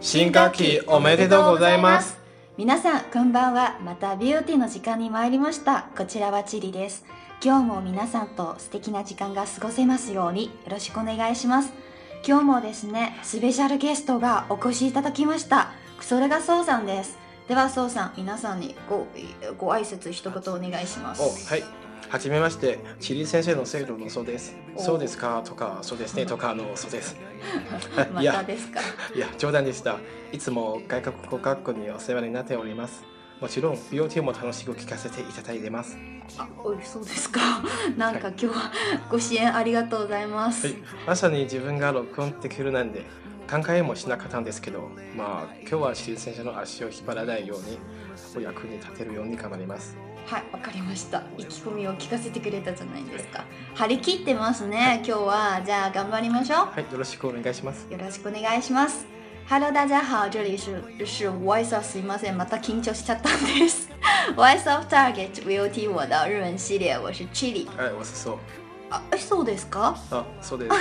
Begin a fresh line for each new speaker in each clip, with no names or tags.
新学期おめでとうございます
皆さんこんばんはまたビューティーの時間に参りましたこちらはチリです今日も皆さんと素敵な時間が過ごせますようによろしくお願いします今日もですねスペシャルゲストがお越しいただきましたそれがそうさんですではそうさん皆さんにごご挨拶一言お願いします
おはいはじめましてチリ先生の生徒のそうです
お
そうですかとかそうですねとかのそうです
ま
い
た
や
ですか
いや冗談でしたいつも外国語学校にお世話になっておりますもちろん BOT も楽しく聞かせていただいてます
あおいそうですかなんか今日はご支援ありがとうございます、
はいまさに自分が録音できるなんで考えもしなかったんですけどまあ今日はチリ先生の足を引っ張らないようにお役に立てるように頑張ります
はい、わかりました。意気込みを聞かせてくれたじゃないですか。張り切ってますね。今日はじゃあ頑張りましょ
はいよろしくお願いします
う。よろしくお願いします。Hello，大家好，这里是是 Voice of すいません、また緊張しちゃったんです。Voice of Target VOT 我的日文系列，我是 Chili。
はいおすそう
あ、えそうですか？
あそうです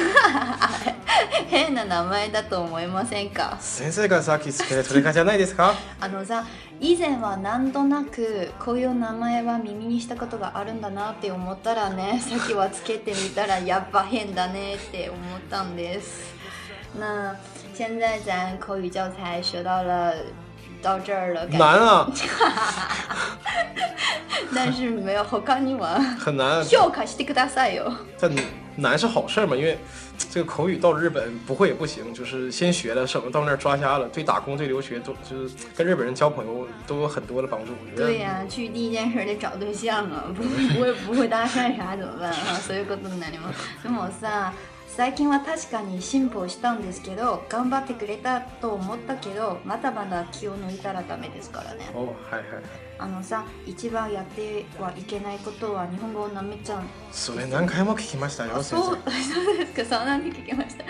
変な名前だと思いませんか？
先生がさっきつけたトレカじゃないですか
あのさ以前は何となくこういう名前は耳にしたことがあるんだなって思ったらねさっきはつけてみたらやっぱ変だねって思ったんです。那现在咱口语教材学到了到这儿 了，感
難啊
但是没有他には
很难
評価してくださいよ。
但难是好事儿嘛，因为这个口语到日本不会也不行，就是先学了，省得到那儿抓瞎了，对打工、对留学都就是跟日本人交朋友都有很多的帮助。 我觉得
对呀、去第一件事得找对象啊，不不会不会搭讪啥怎么办啊？そういうことになります。でもさ、最近は確かに進歩したんですけど、頑張ってくれたと思ったけど、まだまだ気を抜いたらダメですからね。
哦，嗨嗨，
あのさ、一番やってはいけないことは日本語をなめちゃう。
それ何回も聞きました よ、
あ
先
そう
生。
そうですか、そうなんで聞きました。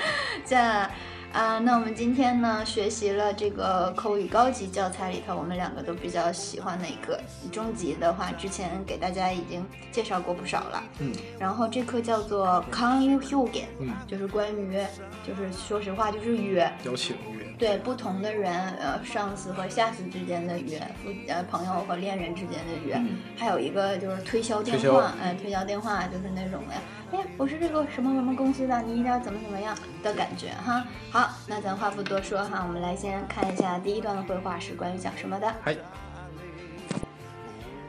じゃあ。啊、那我们今天呢，学习了这个口语高级教材里头，我们两个都比较喜欢的一个中级的话，之前给大家已经介绍过不少了。
嗯
然后这课叫做 “Can you h u g e
嗯，
就是关于，就是说实话，就是约
邀请约，
对不同的人，呃，上司和下司之间的约，夫呃朋友和恋人之间的约，
嗯
还有一个就是推销电
推销
话，哎、推销电话就是那种的，哎呀，我是这个什么什么公司的，你一定要怎么怎么样的感觉哈。好，那咱话不多说哈，我们来先看一下第一段的绘画是关于讲什么的。
嗨，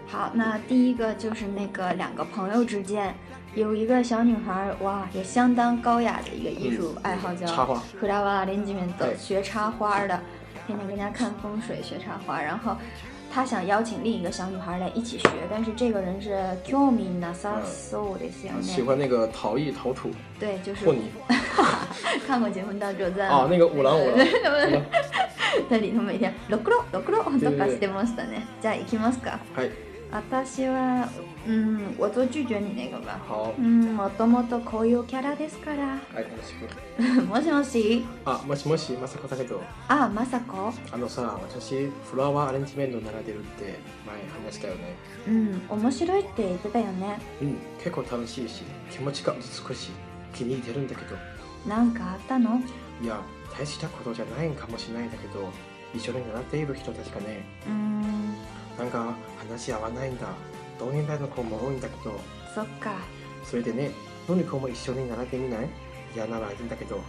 好，那第一个就是那个两个朋友之间有一个小女孩儿，哇，也相当高雅的一个艺术爱好叫
插花
普拉瓦林吉面的
对
学插花的，天天跟人家看风水学插花，然后。她想邀请另一个小女孩来一起学，但是这个人是 Kyomi Nasaso 的小
喜
妹，
欢那个陶艺、陶土、
对，就是
混泥
看过《结婚大作战》
啊，那个五郎五郎，
在里头每天ロクロロクロとかしてましたね。じゃあ行きますか。
嗨，
私は、嗯，我做拒绝你那个吧。
哎好，
うん、もともとこういうキャラですから。
哎，よろしく
もしもし。
あ、もしもし、まさこだけど、
あ、まさこ。
あのさ、私フラワーアレンジメント習ってるって前話したよね。
うん、面白いって言ってたよね。
うん、結構楽しいし、気持ちが少し気に入ってるんだけど、
なんかあったの
いや、大したことじゃないんかもしれないんだけど、一緒に習っている人たちがね、
うん、
なんか話し合わないんだ。同年代の子も多いんだけど、
そっか。
それでね、のり子も一緒に習ってみない嫌ならいいんだけど、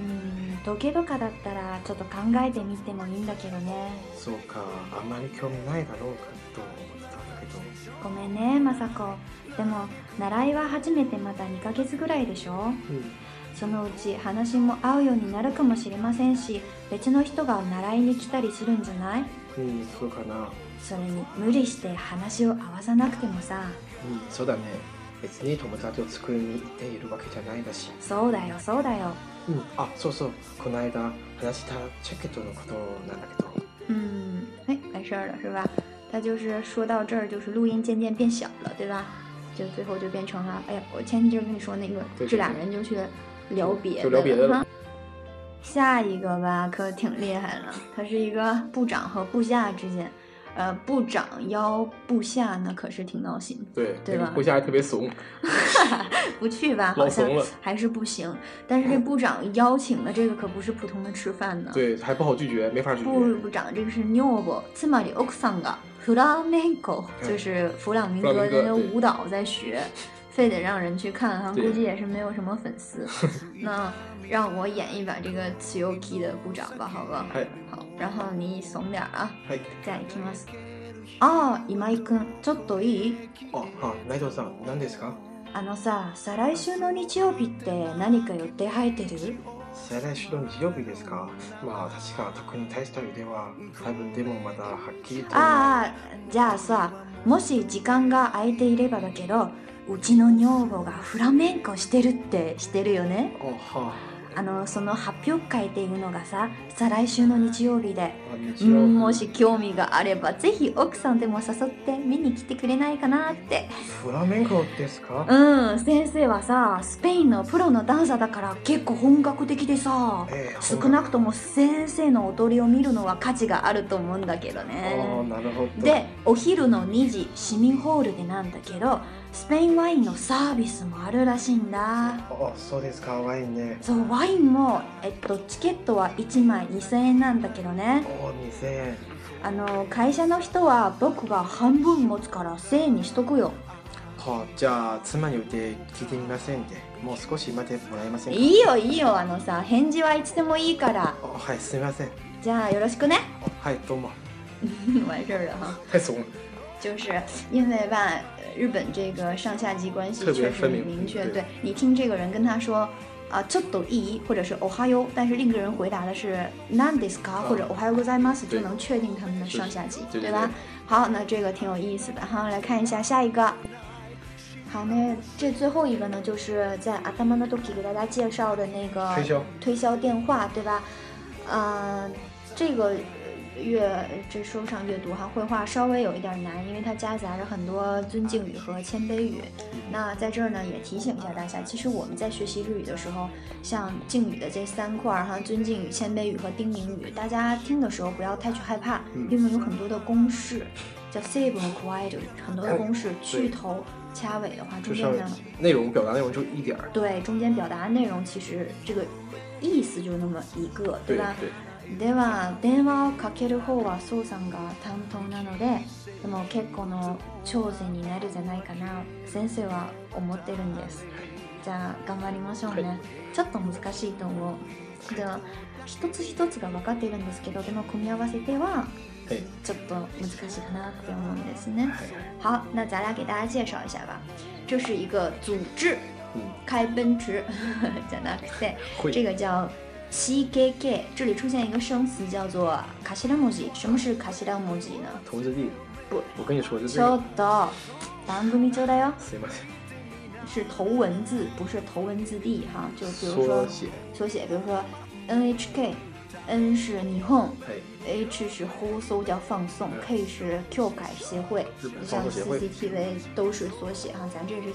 うん、時計とかだったらちょっと考えてみてもいいんだけどね。
そうか、あんまり興味ないだろうかと思ってたんだけど、
ごめんね、まさこ。でも、習いは初めてまだ2ヶ月ぐらいでしょ
うん、
そのうち話も合うようになるかもしれませんし、別の人が習いに来たりするんじゃない
うん、そうかな。
それに無理して話を合わさなくてもさ。
うん、そうだね。別に友達を作りに行っているわけじゃないんだし。
そうだよそうだよ
うん、あ、そうそう、この間話したチェケットのことなんだけど、
嗯，哎，完事儿了是吧？他就是说到这儿，就是录音渐渐变小了，对吧？就最后就变成了，哎呀，我前天就跟你说那个，
对
这俩人就去聊别嗯
就聊别的
了
了。
下一个吧，可挺厉害了，他是一个部长和部下之间，呃，不长腰不下，那可是挺闹心。
对，
对
那
吧
个部下还特别怂，
不去吧，好
老
像
怂了
还是不行。但是这部长邀请的这个可不是普通的吃饭呢。
嗯对，还不好拒绝，没法拒
部
绝。
部长这个是女房，つまり奥さんがフラメンコ，
嗯
就是弗朗明
弗朗
哥
明哥
的
对
舞蹈在学，非得让人去看，哈，
对
估计也是没有什么粉丝。 那让我演一把这个 t s u k i 的部长吧，好吧？
はい
好，然后你怂点儿啊。
はい。
じゃあ行きます。ああ、今井くん、ちょっといい
あ、はい、内藤さん、何ですか？
あのさ、再来週の日曜日って何か予定入ってる
再来週の日曜日ですか？まあ確か特に大した予定は多分でもまだはっきりと。
ああ、じゃあさ、もし時間が空いていればだけど、うちの女房がフラメンコしてるってしてるよね。
あ、は
あの、その発表会っていうのがさ、再来週の日曜日で。
あ。日
う
曜日
んもし興味があれば、ぜひ奥さんでも誘って見に来てくれないかなって。
フラメンコですか？
うん、先生はさ、スペインのプロのダンサーだから結構本格的でさ。
ええ
少なくとも先生の踊りを見るのは価値があると思うんだけど
ああ、
ね
なるほど。
でお昼の2時市民ホールでなんだけどスペインワインのサービスもあるらしいんだ
あ、そうですか。ワインね。
そうワインも、えっと、チケットは1枚2000円なんだけどね
お、二千円。
あの会社の人は僕が半分持つから1000円にしとくよ
はあ、じゃあ妻に言って聞いてみませんって。もう少し待ってもらえませんか？
いいよいいよあのさ返事はいつでもいいから
あ、はい、すみません。
じゃあよろしくね
はい、どう も。
完事儿了哈
太怂了。
就是因为吧，呃日本这个上下级关系
特别
确实很
分明嗯
明确。
对
对你听这个人跟他说啊，ちょっといい，或者是おはよう，但是另一个人回答的是なんですか，或者おはようございます，就
啊对
能确定他们的
是
上下级，
对对
吧
对？
好，那这个挺有意思的哈，来看一下下一个。好，那这最后一个呢，就是在阿达玛纳多基给大家介绍的那个
推销
推销电话，对吧？呃，这个呃阅这书上阅读哈，绘画稍微有一点难，因为它夹杂着很多尊敬语和谦卑语。那在这儿呢，也提醒一下大家，其实我们在学习日语的时候，像敬语的这三块儿哈，尊敬语、谦卑语和叮咛语，大家听的时候不要太去害怕，
嗯
因为有很多的公式。叫 save 和 quiet，很多的公式，去头掐尾的话，中
就
间
哎上
呢
内容表达内容就一点儿。
对，中间表达内容其实这个意思就那么一个，
对
吧？
对。
では電話をかける方は宋さんが担当なので、でも結構の挑戦になるじゃないかな。先生は思ってるんです。じゃあ頑張りましょうね。
はい
ちょっと難しいと思う。では一つ一つが分かっているんですけど、でも組み合わせては
哎，
ちょっと難しいかなって思うんですね。
哎，
好，那咱俩给大家介绍一下吧。这是一个组织。
嗯，
开奔驰， 讲到对，
会
这个叫 C K K，这里出现一个生词叫做卡西拉莫吉。什么是卡西拉莫吉呢？
同志地。
不，
我跟你说，就这
ちょ
个
っ。と番組ちょうだよ，
すいません。
是头文字，不是头文字 D 哈。就比如说
缩写。
缩写，比如说 N H K，N 是霓虹
哎，
，H 是放送叫放送
嗯
，K 是 Q 改协会
日本，放送
像
协会
CCTV 都是缩写哈，咱这是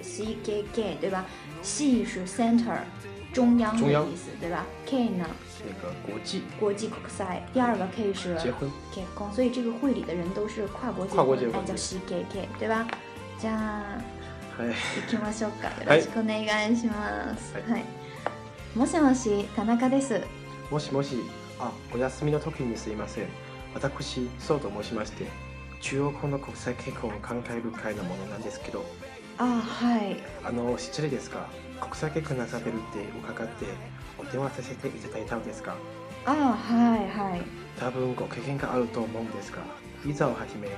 C K K 对吧？C 是 Center 中央的
中央
意思对吧？K 呢
那个国际
国际 k 赛，第二个 K 是
结婚。
K 空，所以这个会里的人都是跨国结
跨国结
婚，
婚
哎叫 C K K 对吧？じゃあ
哎，
行きましょうか。よ
は
ろ
い
しくお願いします。
はい
はい。もしもし田中です。
もしもし。あ、お休みの時にすいません。私、そうと申しまして。中央の国際結婚考える会のものなんですけど、
あはい。
あの失礼ですが、国際結婚なされるって伺ってお電話させていただいたのですが、
あはいはい。
多分ご経験があると思うんですが、ビザをはじめ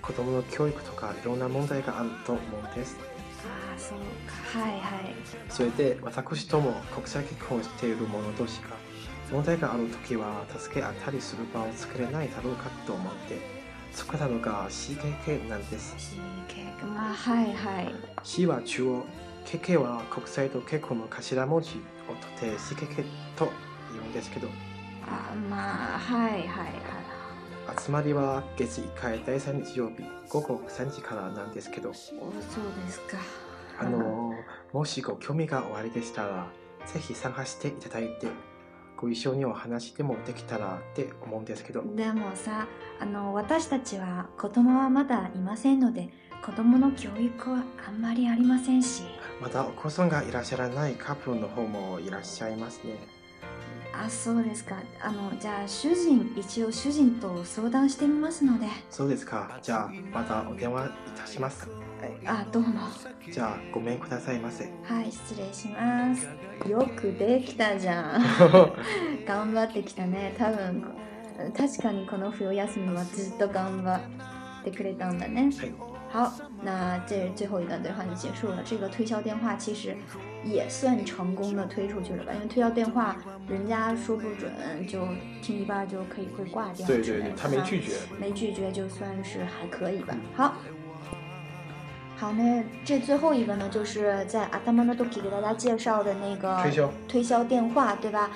子供の教育とかいろんな問題があると思うんです。
ああそうかはいはい
それで私とも国際結婚をしている者同士が問題がある時は助け合ったりする場を作れないだろうかと思って作ったのが CKK なんです
CK まあはいはい
C は中央 KK は国際と結婚の頭文字を取って CKK と言うんですけど
あまあはいはいはい
集まりは月1回第3日曜日午後3時からなんですけど
おそうですか
あのもしご興味がおありでしたらぜひ参加していただいてご一緒にお話でもできたらって思うんですけど
でもさあの私たちは子供はまだいませんので子供の教育はあんまりありませんし
またお子さんがいらっしゃらないカップルの方もいらっしゃいますね
あそうですかあのじゃあ主人一応主人と相談してみますので
そうですかじゃあまたお電話いたします
あどうも
じゃあごめんくださいませ
はい失礼しますよくできたじゃん頑張ってきたね多分確かにこの冬休みはずっと頑張ってくれたんだね
はい
好，那这最后一段对话就结束了。这个推销电话其实也算成功的推出去了吧，因为推销电话人家说不准就听一半就可以会挂掉之类
对
的。
对对，他没
啊
拒绝。
没拒绝就算是还可以吧。好，好，那这最后一个呢，就是在阿达玛诺多基给大家介绍的那个
推销
推销电话，对吧？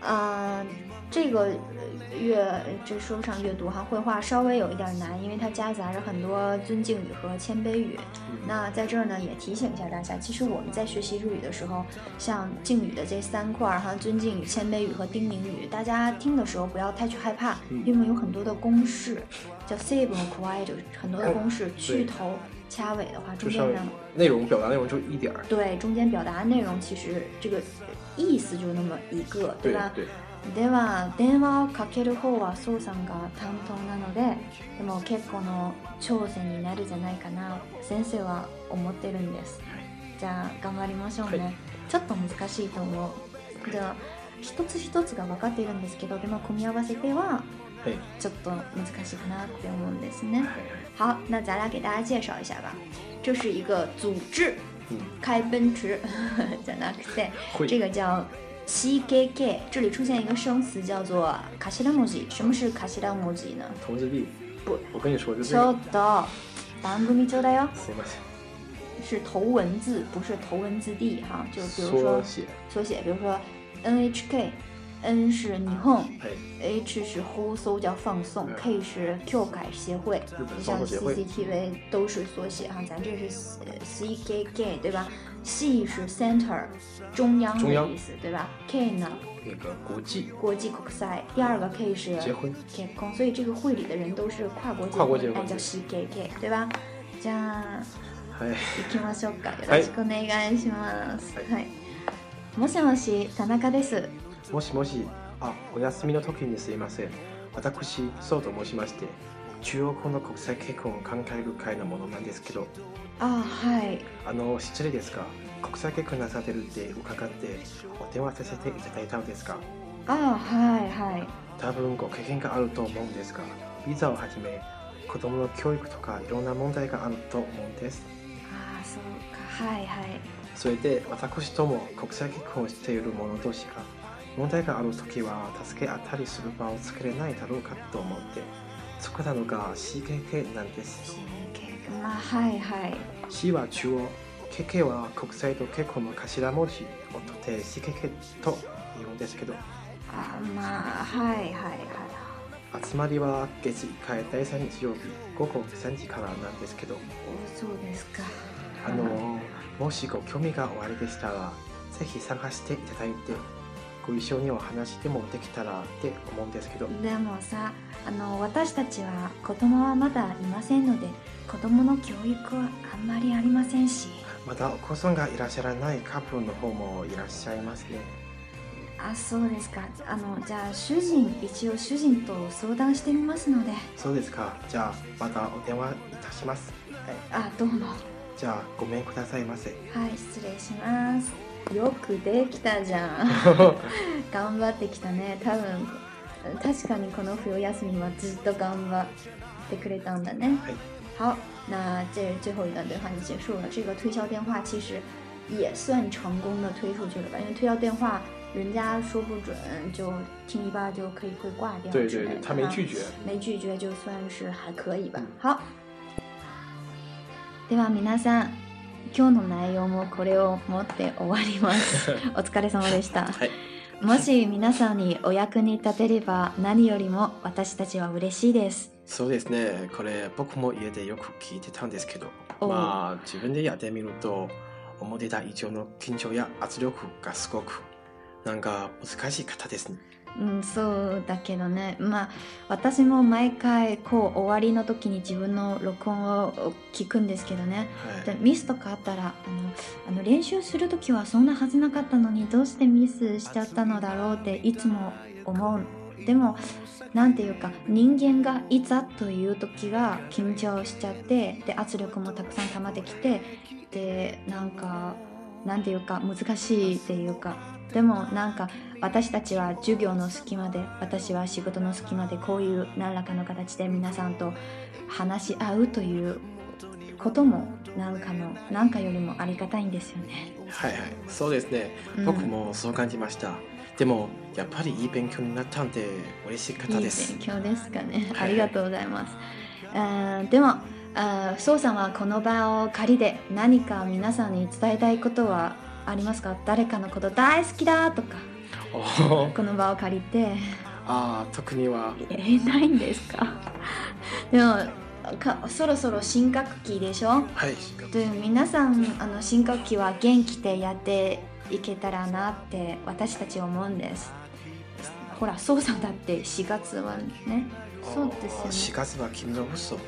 呃，这个呃阅这说不上阅读哈，绘画稍微有一点难，因为它夹杂着很多尊敬语和谦卑语。那在这儿呢，也提醒一下大家，其实我们在学习日语的时候，像敬语的这三块儿哈，尊敬语、谦卑语和叮咛语，大家听的时候不要太去害怕，
嗯
因为有很多的公式，叫 save 和 q u i e t 很多的公式，去头掐尾的话，中
就
间
哎上
让
内容表达内容就一点儿，
对中间表达内容，其实这个意思就那么一个，
对
吧？
对，
では電話をかける方は宋さんが担当なのででも結構の挑戦になるじゃないかな先生は思ってるんです、じゃあ頑張りましょうね、
はい
ちょっと難しいと思うじゃあ一つ一つが分かっているんですけどでも組み合わせては
はい
ちょっと難しいかなって思うんですね、
はいはい
好那咱俩给大家介绍一下吧这是一个组织
嗯
开奔驰 じゃなくて
会
这个叫 CKK，这里出现一个生词叫做卡西拉姆吉。什么是卡西拉姆吉呢？
同志力
不，
我跟你说就
ち
这
ょ
个
っ，と番組ちょうだよ，
行吧，
是头文字，不是头文字 D 哈。就比如
缩
说
写，
缩写，比如说 NHK，N 是霓虹
哎，
，H 是呼搜叫放送
嗯
，K 是 Q 改协会，
日本
就
放
像
送协会
CCTV 都是缩写哈，咱这是呃 CKK 对吧？C 是 Center，中央
中
的
央
意思对吧？K 呢？
那个国际
国际国赛，第二个 K 是
结婚，
结婚，所以这个会里的人都是跨国结婚，
跨国结婚
哎，叫 CKK，对吧？じゃあ
哎，
行きましょうか。よ
は
ろ
い
しくお願いします。
はい
はい。もしもし、田中です。
もしもし、あ、お休みの時にすいません。私、そうと申しまして、中央の国際結婚を考える会のものなんですけど、
あ、はい。
あの、失礼ですが、国際結婚なさってるって伺って、お電話させていただいたのですが、
あ、はいはい。
多分ご経験があると思うんですが、ビザをはじめ、子供の教育とかいろんな問題があると思うんです。
あ、そうか。はいはい。
それで私とも国際結婚をしている者同士が問題がある時は助け合ったりする場を作れないだろうかと思って作ったのが CKK なんです
CKK、まあはいはい。
C は中央 KK は国際と結婚の頭文字を取って CKK と言うんですけど
あ、まあはいはいはい。
集まりは月1回第3日曜日午後3時からなんですけど
おそうですか。
あのもしご興味がおありでしたらぜひ探していただいてご一緒にお話でもできたらって思うんですけど
でもさあの私たちは子供はまだいませんので子供の教育はあんまりありませんし
またお子さんがいらっしゃらないカップルの方もいらっしゃいますね
あそうですかあのじゃあ主人一応主人と相談してみますので
そうですかじゃあまたお電話いたします
あどうも
じゃあごめんくださいませ
はい失礼しますよくできたじ ゃん頑張ってきたね多分確かにこの冬休みはずっと頑張ってくれたんだね
はい
好，那这最后一段对话就结束了。这个推销电话其实也算成功的推出去了吧，因为推销电话人家说不准就听一半就可以会挂掉
对
之
对
类
对
的，
他没
哈
拒绝
没拒绝就算是还可以吧。好，では皆さん、今日の内容もこれを持って終わり ます。お疲れ様でした。
はい
もし皆さんにお役に立てれば何よりも私たちは嬉しいです。
そうですねこれ僕も家でよく聞いてたんですけど
お
まあ自分でやってみると思ってた以上の緊張や圧力がすごくなんか難しい方ですね。
うん、そうだけどね、まあ、私も毎回こう終わりの時に自分の録音を聞くんですけどね
は
で
い。
ミスとかあったらあのあの練習する時はそんなはずなかったのにどうしてミスしちゃったのだろうっていつも思うでもなんていうか人間がいざという時が緊張しちゃってで圧力もたくさん溜まってきてでなんかなんていうか難しいっていうかでもなんか私たちは授業の隙間で私は仕事の隙間でこういう何らかの形で皆さんと話し合うということもなんかのなんかよりもありがたいんですよね。
はいはい。そうですね。
うん
僕もそう感じました。でも、やっぱりいい勉強になったんで、嬉しい
いい
方で
勉
す。
強ですかね。
はい
ありがとうございます。あーでも、あーそうさんはこの場を借りて何か皆さんに伝えたいことはありますか誰かのこと大好きだとか、
おー
この場を借りて、
ああ、特には。
えーないんですか でもか、そろそろ新学期でしょ
はい。
で皆さんあの新学期は元気でやっていけたらなって私たち思うんですほらそうさんだって4月はねそうです
4
よね
月は君の嘘。
いや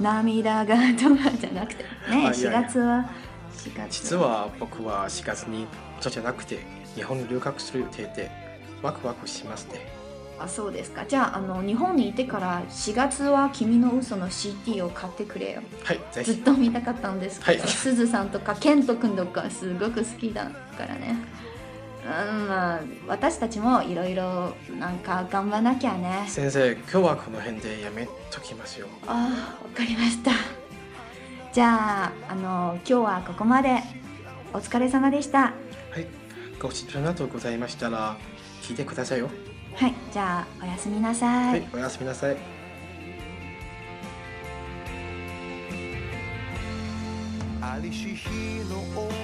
涙がとかじゃなくてね
あいやいや
4月は4月
実は僕は4月に、そうじゃなくて、日本に留学する予定で、ワクワクしますね。
あそうですかじゃああの日本にいてから4月は君の嘘の CD を買ってくれよ
はい、ぜ
ずっ
ひ。
と見たかったんですけど、
はい
すずさんとかケント君とかすごく好きだからねうんまあ私たちもいろいろなんか頑張らなきゃね
先生、今日はこの辺でやめときますよ。
ああわかりましたじゃああの今日はここまでお疲れ様でした
はい、ご視聴などございましたら、聞いてくださいよ。
はいじゃあおやすみなさ
はいい、おやすみなさい。
ありし日の終わ